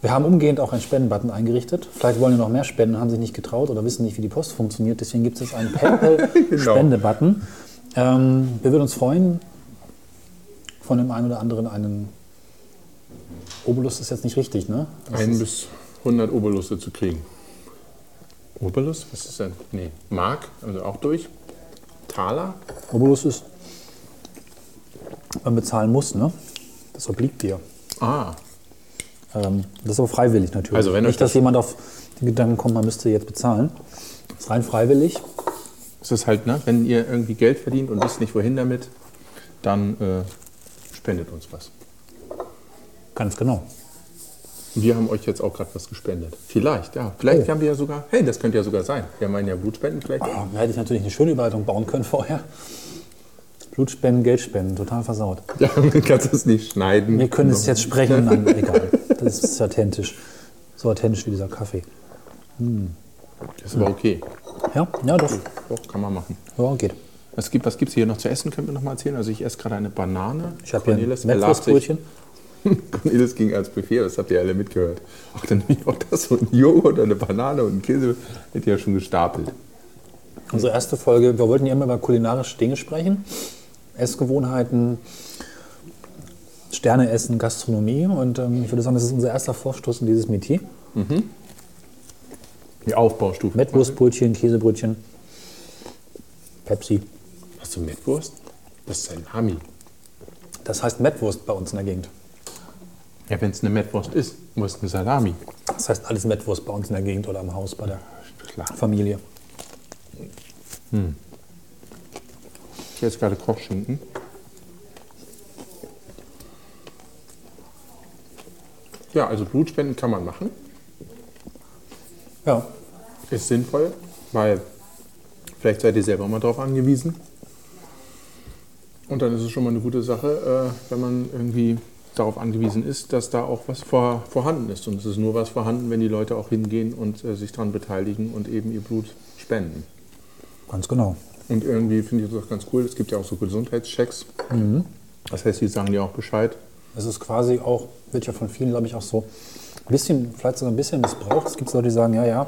Wir haben umgehend auch einen Spendenbutton eingerichtet. Vielleicht wollen wir noch mehr spenden, haben sich nicht getraut oder wissen nicht, wie die Post funktioniert. Deswegen gibt es jetzt einen Genau. PayPal-Spendebutton. ähm, wir würden uns freuen, von dem einen oder anderen einen Obolus ist jetzt nicht richtig, ne? Das Ein ist- bis 100 Oberluste zu kriegen. Oberlust? Was ist denn? Nee. Mark, also auch durch. Taler? Obolus ist, man bezahlen muss, ne? Das obliegt dir. Ah, Ähm, das ist aber freiwillig natürlich. Also wenn euch Nicht, dass das- jemand auf den Gedanken kommt, man müsste jetzt bezahlen. Das ist rein freiwillig. es ist halt, ne? Wenn ihr irgendwie Geld verdient und wisst nicht wohin damit, dann äh, spendet uns was. Ganz genau. Wir haben euch jetzt auch gerade was gespendet. Vielleicht, ja. Vielleicht haben wir ja sogar. Hey, das könnte ja sogar sein. Wir meinen ja Blutspenden vielleicht. Oh. Ah, da hätte ich natürlich eine schöne Überleitung bauen können vorher. Blutspenden, Geldspenden, total versaut. Ja, du kannst es nicht schneiden. Wir können es jetzt sprechen, dann egal. Das ist authentisch. So authentisch wie dieser Kaffee. Hm. Das ist aber okay. Ja, ja, doch. Doch, kann man machen. Ja, geht. Was gibt es gibt's hier noch zu essen? Können wir noch mal erzählen? Also ich esse gerade eine Banane. Ich habe hier ein Cornelis erlaubt sich- Mettwurstbrötchen. Cornelis ging als Buffet, das habt ihr alle mitgehört. Ach, dann nehme ich auch das und einen Joghurt, eine Banane und einen Käse. Hätte ja schon gestapelt. Unsere erste Folge, wir wollten ja immer über kulinarische Dinge sprechen. Essgewohnheiten, Sterne essen, Gastronomie. Und ähm, ich würde sagen, das ist unser erster Vorstoß in dieses Metier. Die Aufbaustufe. Mettwurstbrötchen, Käsebrötchen, Pepsi. Hast du Mettwurst? Das ist Salami. Das heißt Mettwurst bei uns in der Gegend. Ja, wenn es eine Mettwurst ist, muss eine Salami. Das heißt alles Mettwurst bei uns in der Gegend oder im Haus bei der Klar. Familie. Ich esse gerade Kochschinken. Ja, also Blutspenden kann man machen. Ja, Ist sinnvoll, weil vielleicht seid ihr selber mal drauf angewiesen. Und dann ist es schon mal eine gute Sache, äh, wenn man irgendwie darauf angewiesen ist, dass da auch was vor, vorhanden ist. Und es ist nur was vorhanden, wenn die Leute auch hingehen und äh, sich daran beteiligen und eben ihr Blut spenden. ganz genau. Und irgendwie finde ich das auch ganz cool. Es gibt ja auch so Gesundheitschecks. Mhm. Das heißt, die sagen dir auch Bescheid. Es ist quasi auch, wird ja von vielen, glaube ich, auch so ein bisschen, vielleicht sogar ein bisschen missbraucht. Es gibt Leute, die sagen, ja, ja,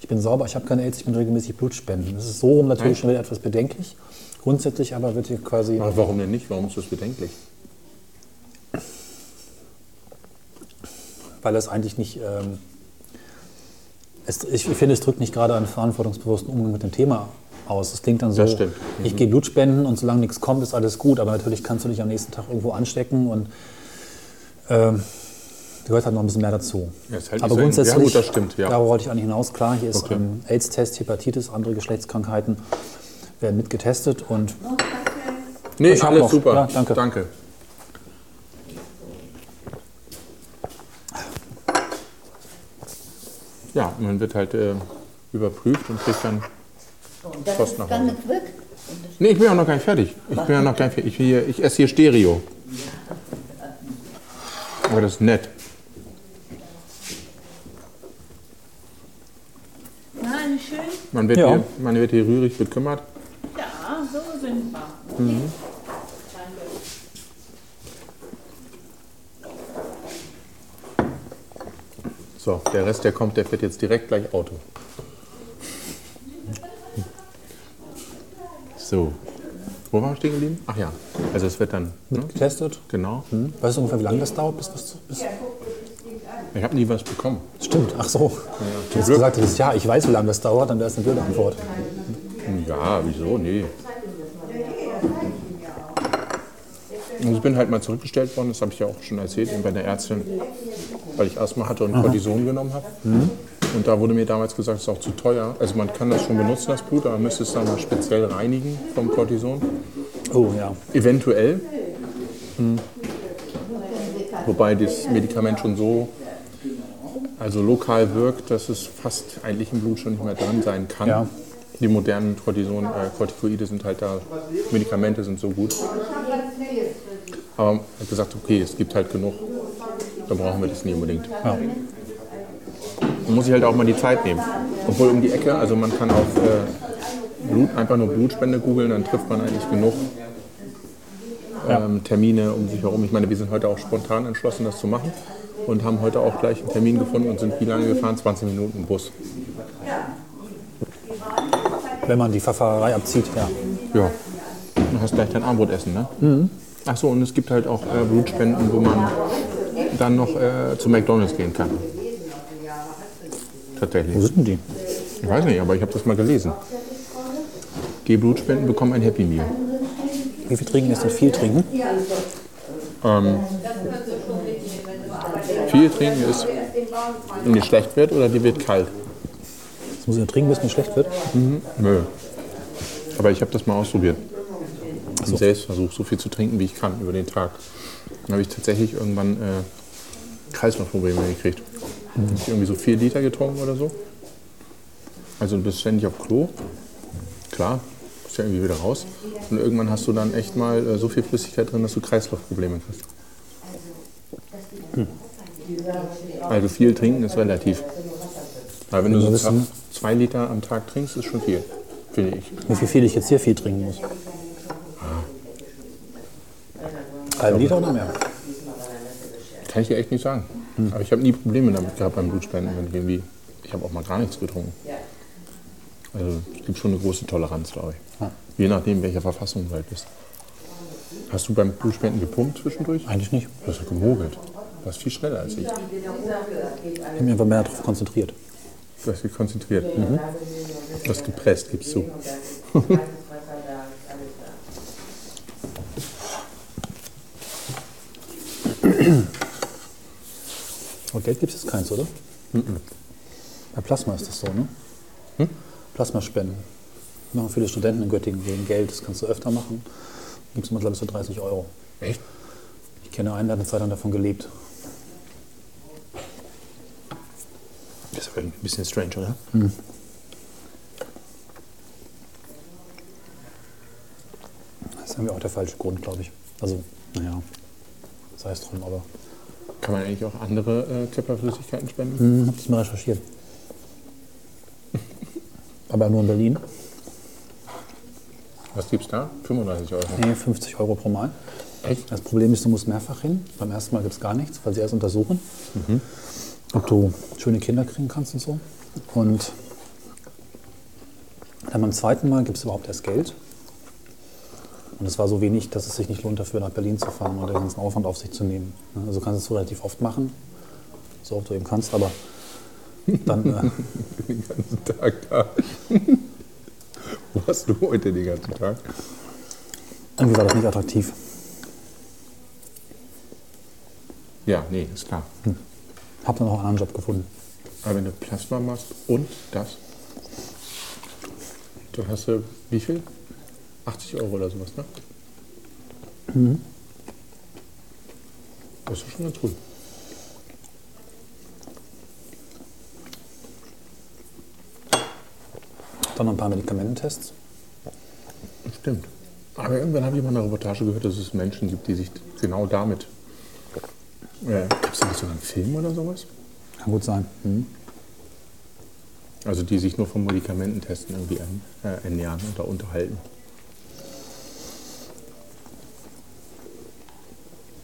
ich bin sauber, ich habe keine AIDS, ich bin regelmäßig Blutspenden. Das ist so rum natürlich schon wieder etwas bedenklich. Grundsätzlich aber wird hier quasi, Aber warum denn nicht? Warum ist das bedenklich? weil es eigentlich nicht, ähm, es, ich finde, es drückt nicht gerade einen verantwortungsbewussten Umgang mit dem Thema aus. Es klingt dann so, Das stimmt. Mhm. ich gehe Blut spenden und solange nichts kommt, ist alles gut. Aber natürlich kannst du dich am nächsten Tag irgendwo anstecken und ähm, gehört halt noch ein bisschen mehr dazu. Ja, ist halt nicht aber so- grundsätzlich, ja, gut, das stimmt, ja. darauf wollte ich eigentlich hinaus. Klar, hier ist Okay. ähm, AIDS-Test, Hepatitis, andere Geschlechtskrankheiten werden mitgetestet und Nee, Ich hab alles noch. super. Ja, danke. danke. Ja, man wird halt äh, überprüft und kriegt dann. Und das Kost ist nach gar Hause. nicht weg. Nee, ich bin ja noch gar nicht fertig. Ich bin ja noch gar nicht fertig. Ich, will hier, ich esse hier Stereo. Aber das ist nett. Nein, schön. Man wird, Ja. hier, man wird hier rührig bekümmert. Mhm. Ja, so sind wir. So, der Rest, der kommt, der fährt jetzt direkt gleich Auto. So. Wo waren wir stehen geblieben? Ach ja. Also es wird dann. Ne? getestet. Genau. Weißt du ungefähr, wie lange das dauert, bis das bis, Ich habe nie was bekommen. Stimmt, ach so. Du hast gesagt, das ist ja, ich weiß, wie lange das dauert, dann wäre es eine blöde Antwort. Ja, wieso? Nee. Und ich bin halt mal zurückgestellt worden, das habe ich ja auch schon erzählt, eben bei der Ärztin, weil ich Asthma hatte und Cortison genommen habe. Und da wurde mir damals gesagt, es ist auch zu teuer. Also man kann das schon benutzen, das Blut, aber man müsste es dann mal speziell reinigen vom Cortison. Oh ja. Eventuell. Hm. Wobei das Medikament schon so also lokal wirkt, dass es fast eigentlich im Blut schon nicht mehr drin sein kann. Ja. Die modernen Cortison, äh, Corticoide sind halt da, Medikamente sind so gut. Aber man hat gesagt, okay, es gibt halt genug, dann brauchen wir das nie unbedingt. Man muss sich halt auch mal die Zeit nehmen. Obwohl um die Ecke, also man kann auf äh, Blut, einfach nur Blutspende googeln, dann trifft man eigentlich genug ähm, Termine um sich herum. Ich meine, wir sind heute auch spontan entschlossen, das zu machen und haben heute auch gleich einen Termin gefunden und sind wie lange gefahren? 20 Minuten im Bus. Wenn man die Verfahrerei abzieht, ja. Ja. Du hast gleich dein Armbrot essen, ne? Mhm. Ach so, und es gibt halt auch äh, Blutspenden, wo man dann noch äh, zu McDonalds gehen kann. Wo Tatsächlich. sind denn die? Ich weiß nicht, aber ich habe das mal gelesen. Geh Blutspenden, bekomm ein Happy Meal. Wie viel trinken ist denn viel trinken? Ähm, viel trinken ist, wenn die schlecht wird oder die wird kalt. Das muss ich nur trinken, bis mir schlecht wird. Nö. Aber ich habe das mal ausprobiert. Im Selbstversuch, so viel zu trinken, wie ich kann über den Tag. Dann habe ich tatsächlich irgendwann äh, Kreislaufprobleme gekriegt. Ich hab irgendwie so vier Liter getrunken oder so. Also du bist ständig auf Klo. Klar, musst ja irgendwie wieder raus. Und irgendwann hast du dann echt mal äh, so viel Flüssigkeit drin, dass du Kreislaufprobleme kriegst. Hm. Also viel trinken ist relativ. Aber wenn du so wissen- krass zwei Liter am Tag trinkst, ist schon viel, finde ich. Wie viel, viel ich jetzt hier viel trinken muss. Ah. Halben Liter oder mehr? Kann ich dir echt nicht sagen. Aber ich habe nie Probleme damit gehabt beim Blutspenden. wenn ich Irgendwie. Ich habe auch mal gar nichts getrunken. Also es gibt schon eine große Toleranz, glaube ich. Je nachdem, welcher Verfassung du halt bist. Hast du beim Blutspenden gepumpt zwischendurch? Eigentlich nicht. Du hast ja gemogelt. Du warst viel schneller als ich. Ich habe mich einfach mehr darauf konzentriert. Du hast dich konzentriert. Mhm. Du hast gepresst, gibst du. Und Geld gibt es jetzt keins, oder? Bei Plasma ist das so, ne? Plasma spenden. Machen viele Studenten in Göttingen wegen Geld, das kannst du öfter machen. Gibt es immer, glaube ich, so 30 Euro. Echt? Ich kenne einen, der hat eine Zeit lang davon gelebt. Das ist aber ein bisschen strange, oder? Das ist irgendwie auch der falsche Grund, glaube ich. Also, naja, sei es drum, aber Kann man eigentlich auch andere äh, Körperflüssigkeiten spenden? hm, hab das mal recherchiert. aber nur in Berlin. Was gibt's da? 35 Euro. Nee, 50 Euro pro Mal. Echt? Das Problem ist, du musst mehrfach hin. Beim ersten Mal gibt es gar nichts, weil sie erst untersuchen, ob du schöne Kinder kriegen kannst und so. Und dann beim zweiten Mal gibt es überhaupt erst Geld. Und es war so wenig, dass es sich nicht lohnt, dafür nach Berlin zu fahren oder den ganzen Aufwand auf sich zu nehmen. Ne? Also kannst du es so relativ oft machen, so oft du eben kannst, aber dann. Äh, den ganzen Tag da. Wo warst du heute den ganzen Tag? Irgendwie war das nicht attraktiv. Ja, nee, ist klar. Hab dann auch einen anderen Job gefunden. Aber wenn du Plasma machst und das, dann hast du wie viel? 80 Euro oder sowas, ne? Mhm. Das ist schon ganz gut. Dann noch ein paar Medikamententests. Stimmt. Aber irgendwann habe ich mal eine Reportage gehört, dass es Menschen gibt, die sich genau damit. Äh, gibt es da nicht sogar einen Film oder sowas? Kann gut sein. Mhm. Also die sich nur vom Medikamententesten irgendwie ein- äh, ernähren oder unterhalten.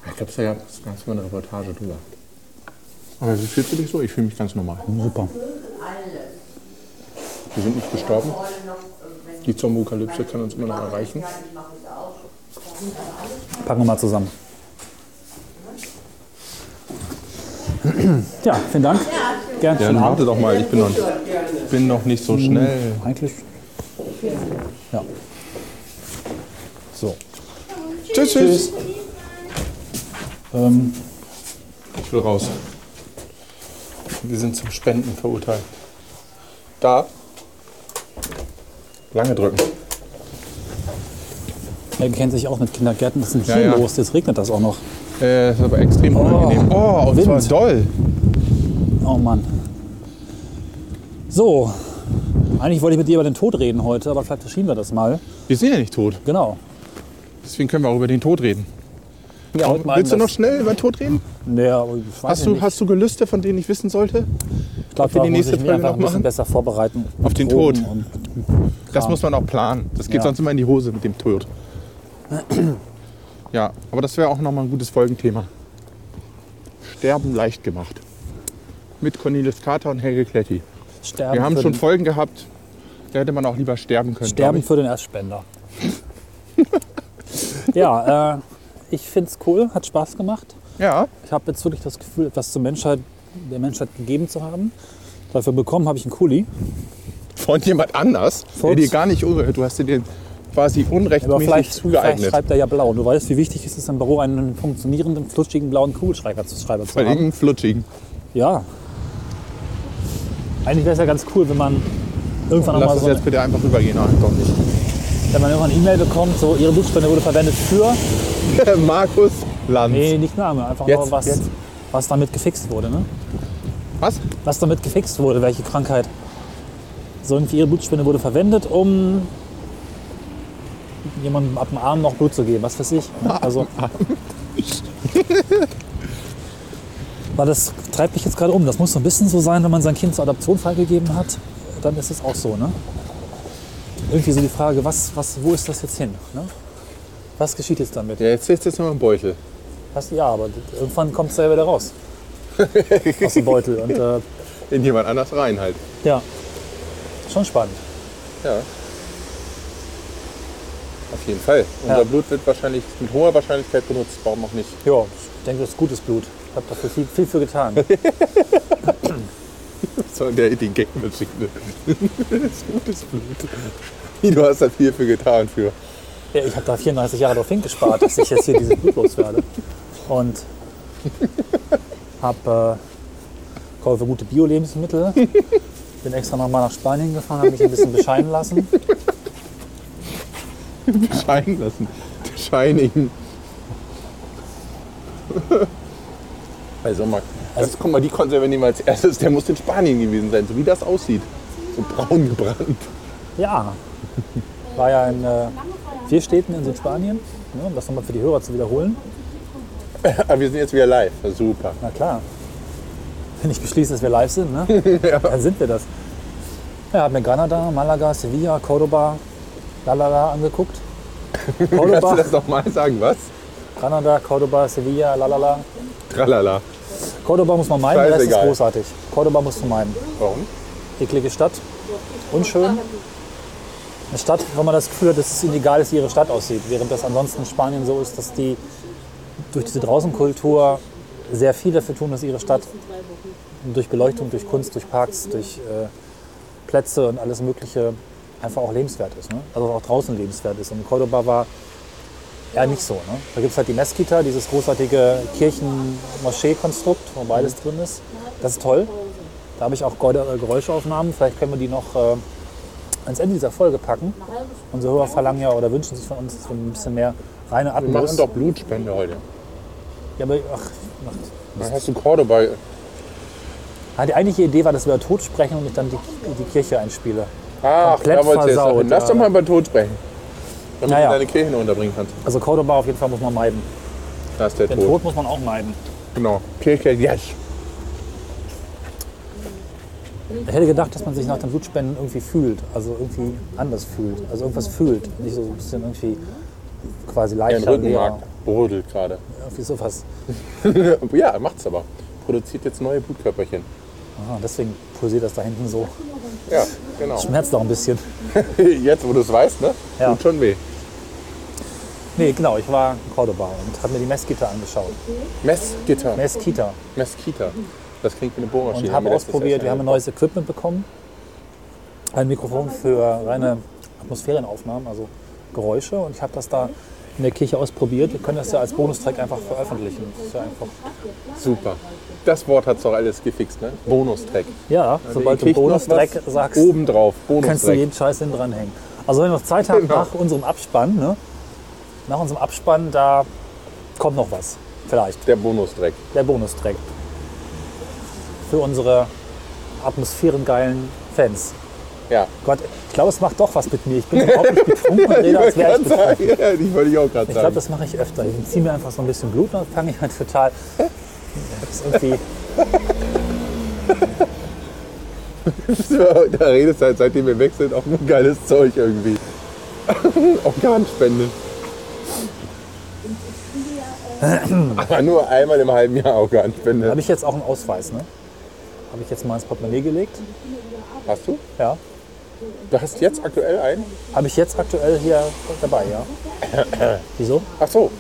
Ich glaube, da gab es ganz mal eine Reportage drüber. Aber wie fühlst du dich so? Ich fühle mich ganz normal. Super. Wir sind nicht gestorben. Die Zombie-Kalypse kann uns immer noch erreichen. Packen wir mal zusammen. Ja, vielen Dank. Gerne. Ja, dann warte doch mal. Ich bin noch, bin noch nicht so schnell. Eigentlich. Ja. So. Tschüss, tschüss. Ähm, Ich will raus. Wir sind zum Spenden verurteilt. Da. Lange drücken. er kennt sich auch mit Kindergärten. Was ist Ja, denn hier ja. los? Jetzt regnet das auch noch. Äh, das ist aber extrem unangenehm. Oh, und zwar Wind. doll. Oh Mann. So. Eigentlich wollte ich mit dir über den Tod reden heute, aber vielleicht verschieben wir das mal. Wir sind ja nicht tot. Genau. Deswegen können wir auch über den Tod reden. Ja, heute mal Willst du das- noch schnell über den Tod reden? Nee, aber ich weiß Hast ja du, nicht. hast du Gelüste, von denen ich wissen sollte? ich glaube, ob wir da die muss nächste ich mich Folge einfach noch ein bisschen machen? besser vorbereiten. Auf den Proben Tod. Und Das Klar. muss man auch planen. Das geht Ja. sonst immer in die Hose mit dem Tod. Ja, aber das wäre auch nochmal ein gutes Folgenthema. Sterben leicht gemacht. Mit Cornelis Carter und Helge Kletti. sterben Wir haben für schon den, Folgen gehabt, da hätte man auch lieber sterben können. Sterben glaub für den Erstspender. ja, äh, ich finde es cool, hat Spaß gemacht. ich. Ja, Ich habe jetzt wirklich das Gefühl, etwas zur Menschheit, der Menschheit gegeben zu haben. Dafür bekommen habe ich einen Kuli. von jemand anders, der Folks- dir gar nicht unrecht, du hast dir den quasi Aber unrechtmäßig vielleicht, vielleicht zugeeignet. schreibt er ja blau. Und du weißt, wie wichtig es ist, im Büro einen funktionierenden, flutschigen blauen Kugelschreiber zu schreiben zu Bei haben. irgendeinem Flutschigen. Ja. Eigentlich wäre es ja ganz cool, wenn man irgendwann Lass nochmal es so eine, jetzt bitte einfach rübergehen. Nein, doch nicht. wenn man irgendwann eine E-Mail bekommt, so ihre Blutspende wurde verwendet für Markus Lanz. Nee, nicht Name, einfach Jetzt, nur was, jetzt. was damit gefixt wurde. Ne? Was? Was damit gefixt wurde, welche Krankheit. So irgendwie ihre Blutspende wurde verwendet, um jemandem ab dem Arm noch Blut zu geben, was weiß ich. ne? Also, weil das treibt mich jetzt gerade um. Das muss so ein bisschen so sein, wenn man sein Kind zur Adoption freigegeben hat, dann ist es auch so. Ne? Irgendwie so die Frage, was, was, wo ist das jetzt hin? Ne? Was geschieht jetzt damit? Ja, jetzt ist jetzt noch ein Beutel. Was, ja, aber irgendwann kommt es ja wieder raus. Aus dem Beutel. Und äh, In jemand anders rein halt. ja, schon spannend. Ja. Auf jeden Fall. Ja. Unser Blut wird wahrscheinlich mit hoher Wahrscheinlichkeit benutzt, warum auch nicht. Ja, ich denke, das ist gutes Blut. Ich habe dafür viel, viel für getan. So, der den Gag mitschickt. Das gutes Blut. Wie, du hast da viel für getan für. Ja, ich habe da 34 Jahre darauf hingespart, dass ich jetzt hier dieses Blut loswerde. Und habe äh, kaufe gute Bio-Lebensmittel. Bin extra nochmal nach Spanien gefahren, habe mich ein bisschen bescheiden lassen. Scheinen lassen. Scheinigen. Bei Sommer. Also- das, guck mal, die Konserve nehmen wir als erstes. Der muss in Spanien gewesen sein, so wie das aussieht. So braun gebrannt. Ja, war ja in äh, vier Städten in Südspanien, ne, um das nochmal für die Hörer zu wiederholen. Aber Ah, wir sind jetzt wieder live. Super. Na klar. Wenn ich beschließe, dass wir live sind, ne? dann sind wir das. Ja, hab mir Granada, Malaga, Sevilla, Cordoba, Lalala angeguckt. Kannst du Cordoba, das nochmal sagen? Was? Granada, Cordoba, Sevilla, Lalala. Tralala. Cordoba muss man meiden, der Rest ist Scheißegal. großartig. Cordoba musst du meiden. Warum? Eklige Stadt, unschön. Eine Stadt, wo man das Gefühl hat, dass es ihnen egal ist, wie ihre Stadt aussieht. Während das ansonsten in Spanien so ist, dass die durch diese Draußenkultur sehr viel dafür tun, dass ihre Stadt durch Beleuchtung, durch Kunst, durch Parks, durch äh, Plätze und alles Mögliche einfach auch lebenswert ist. Ne? Also auch draußen lebenswert ist. Und Cordoba war eher nicht so. Ne? Da gibt es halt die Mezquita, dieses großartige Kirchen-Moschee-Konstrukt, wo beides drin ist. Das ist toll. Da habe ich auch Geu- äh, Geräuschaufnahmen. Vielleicht können wir die noch äh, ans Ende dieser Folge packen. Unsere Hörer verlangen ja oder wünschen sich von uns dass wir ein bisschen mehr reine Wir machen Atmos. doch Blutspende heute. Ja, aber, ach, ach, Dann hast du Cordoba. Ah, Die eigentliche Idee war, dass wir über Tod sprechen und ich dann die, die Kirche einspiele. Ach, Komplett da wolltest du jetzt noch versaut, hin. Lass doch ja. mal über Tod sprechen. Damit Naja. du deine Kirche noch unterbringen kannst. Also Cordoba auf jeden Fall muss man meiden. Da ist der Den Tod. Tod muss man auch meiden. Genau. Kirche, yes. Ich hätte gedacht, dass man sich nach den Blutspenden irgendwie fühlt, also irgendwie anders fühlt, also irgendwas fühlt, nicht so ein bisschen irgendwie quasi leichter. Dein Rückenmark leer. brodelt gerade. Irgendwie sowas. ja, macht's aber. Produziert jetzt neue Blutkörperchen. Aha, deswegen pulsiert das da hinten so. Ja, genau. Schmerzt doch ein bisschen. Jetzt, wo du es weißt, ne? Ja. Tut schon weh. Nee, genau, ich war in Cordoba und habe mir die Messgitter angeschaut. Mesquita. Messgitter. Mesquita. Das klingt wie eine Bohrmaschine. und habe Haben wir letztes ausprobiert. Wir Jahr haben ein schon neues Equipment bekommen. Ein Mikrofon für reine Atmosphärenaufnahmen, also Geräusche. Und ich habe das da in der Kirche ausprobiert. Wir können das ja als Bonustrack einfach veröffentlichen. Das ist ja, einfach Super. Das Wort hat's doch alles gefixt, ne? Bonustrack. ja sobald du Ihr kriegt noch Bonustrack was sagst, Obendrauf, kannst du Bonustrack. jeden Scheiß hinten dranhängen. Also wenn wir noch Zeit haben Genau. nach unserem Abspann, ne? nach unserem Abspann, da kommt noch was. Vielleicht. Der Bonustrack. Der Bonustrack. Für unsere atmosphärengeilen Fans. Ja. Gott, Klaus macht doch was mit mir. Ich bin überhaupt nicht betrunken und rede, als wäre ich Ganz betrunken. sagen, ja, die wollte ich auch gerade Ich glaube, sagen. das mache ich öfter. Ich ziehe mir einfach so ein bisschen Blut und dann fange ich halt total. Das ist irgendwie. da redest du halt, seitdem wir weg sind, auch nur geiles Zeug irgendwie. Organspende. Aber nur einmal im halben Jahr Organspende. Habe ich jetzt auch einen Ausweis, ne? Habe ich jetzt mal ins Portemonnaie gelegt. Hast du? Ja. Du hast jetzt aktuell einen? Habe ich jetzt aktuell hier dabei, ja. Wieso? Ach so.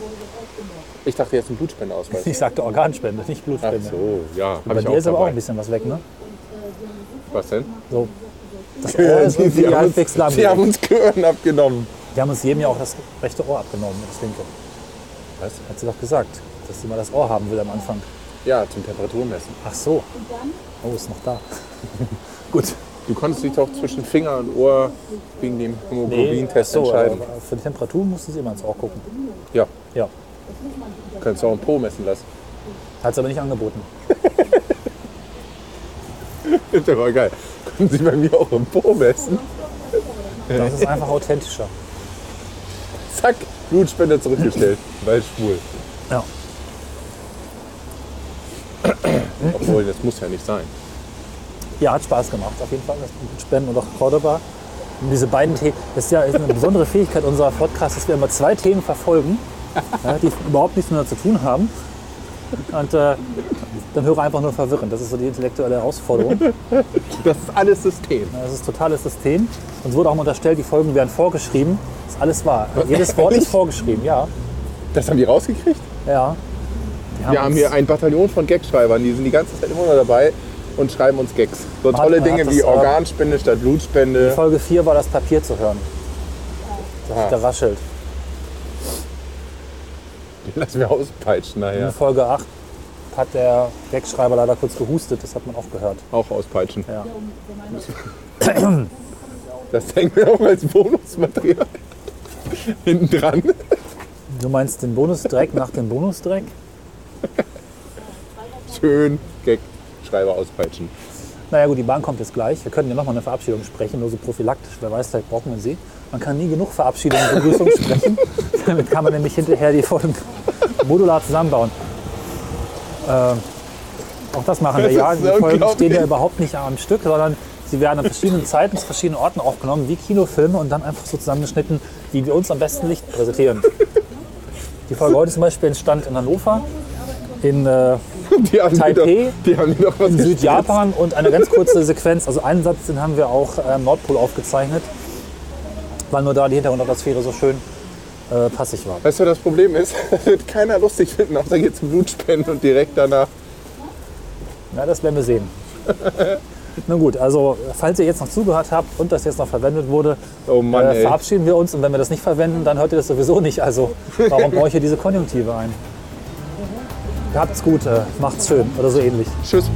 Ich dachte jetzt einen Blutspendeausweis. Ich sagte Organspende, nicht Ach Blutspende. so, ja. Hab Bei ich dir auch ist aber auch ein dabei. bisschen was weg, ne? Was denn? So. Das Ohr ist irgendwie Sie haben, halbwegs uns, lahm. sie haben uns Gehirn abgenommen. Die haben uns jedem ja auch das rechte Ohr abgenommen, das linke. Was? Hat sie doch gesagt, dass sie mal das Ohr haben will am Anfang. Ja, zum Temperaturmessen. Ach so. Oh, ist noch da. Gut. Du konntest dich doch zwischen Finger und Ohr wegen dem Hämoglobin-Test ach so, entscheiden. Äh, aber Für die Temperatur musste sie immer ins Ohr gucken. Ja, Ja. du kannst auch einen Po messen lassen. Hat sie aber nicht angeboten. ist ja voll geil. Können Sie bei mir auch im Po messen? Das ist einfach authentischer. Zack, Blutspender zurückgestellt, weil schwul. Ja. Obwohl, das muss ja nicht sein. Ja, hat Spaß gemacht, auf jeden Fall, das Blutspenden und auch Cordoba. Und diese beiden Themen, das ist ja ist eine besondere Fähigkeit unserer Podcasts, dass wir immer zwei Themen verfolgen, ja, die überhaupt nichts miteinander zu tun haben. Und äh, dann höre einfach nur verwirren. Das ist so die intellektuelle Herausforderung. Das ist alles System. Das ist totales System. Uns wurde auch mal unterstellt, die Folgen wären vorgeschrieben. Das ist alles wahr. Jedes Wort ist vorgeschrieben, ja. Das haben die rausgekriegt? Ja. Wir haben, uns- hier ein Bataillon von Gagschreibern, die sind die ganze Zeit immer noch dabei und schreiben uns Gags. So Man hat- tolle man hat Dinge das, wie äh, Organspende statt In Blutspende. Folge 4 war das Papier zu hören. Das Ah. hat geraschelt. Lass mir auspeitschen In nachher. Folge 8 hat der Wegschreiber leider kurz gehustet, das hat man auch gehört. Auch auspeitschen. Ja. Das hängen wir auch als Bonusmaterial hinten dran. Du meinst den Bonusdreck nach dem Bonusdreck? Schön Gagschreiber auspeitschen. Naja gut, die Bahn kommt jetzt gleich. Wir könnten ja nochmal eine Verabschiedung sprechen, nur so prophylaktisch. Wer weiß, vielleicht brauchen wir sie. Man kann nie genug Verabschiedungen und Begrüßungen sprechen. Damit kann man nämlich hinterher die Folgen modular zusammenbauen. Ähm, auch das machen wir. Das Ja, ist die Folgen unglaublich. stehen ja überhaupt nicht am Stück, sondern sie werden an verschiedenen Zeiten zu verschiedenen Orten aufgenommen, wie Kinofilme und dann einfach so zusammengeschnitten, wie wir uns am besten Licht präsentieren. Die Folge heute zum Beispiel entstand in Hannover, in äh, Die haben die doch, Taipei, die haben die doch was in gespielt. Südjapan und eine ganz kurze Sequenz, also einen Satz, den haben wir auch äh, am Nordpol aufgezeichnet, weil nur da die Hintergrundatmosphäre so schön äh, passig war. Weißt du, das Problem ist, das wird keiner lustig finden, außer geht zum Blutspenden und direkt danach. Na, das werden wir sehen. Na gut, also falls ihr jetzt noch zugehört habt und das jetzt noch verwendet wurde, äh, Oh Mann, ey. verabschieden wir uns und wenn wir das nicht verwenden, dann hört ihr das sowieso nicht. Also warum brauche ich hier diese Konjunktive ein? Habt's gut, äh, macht's schön oder so ähnlich. Tschüss.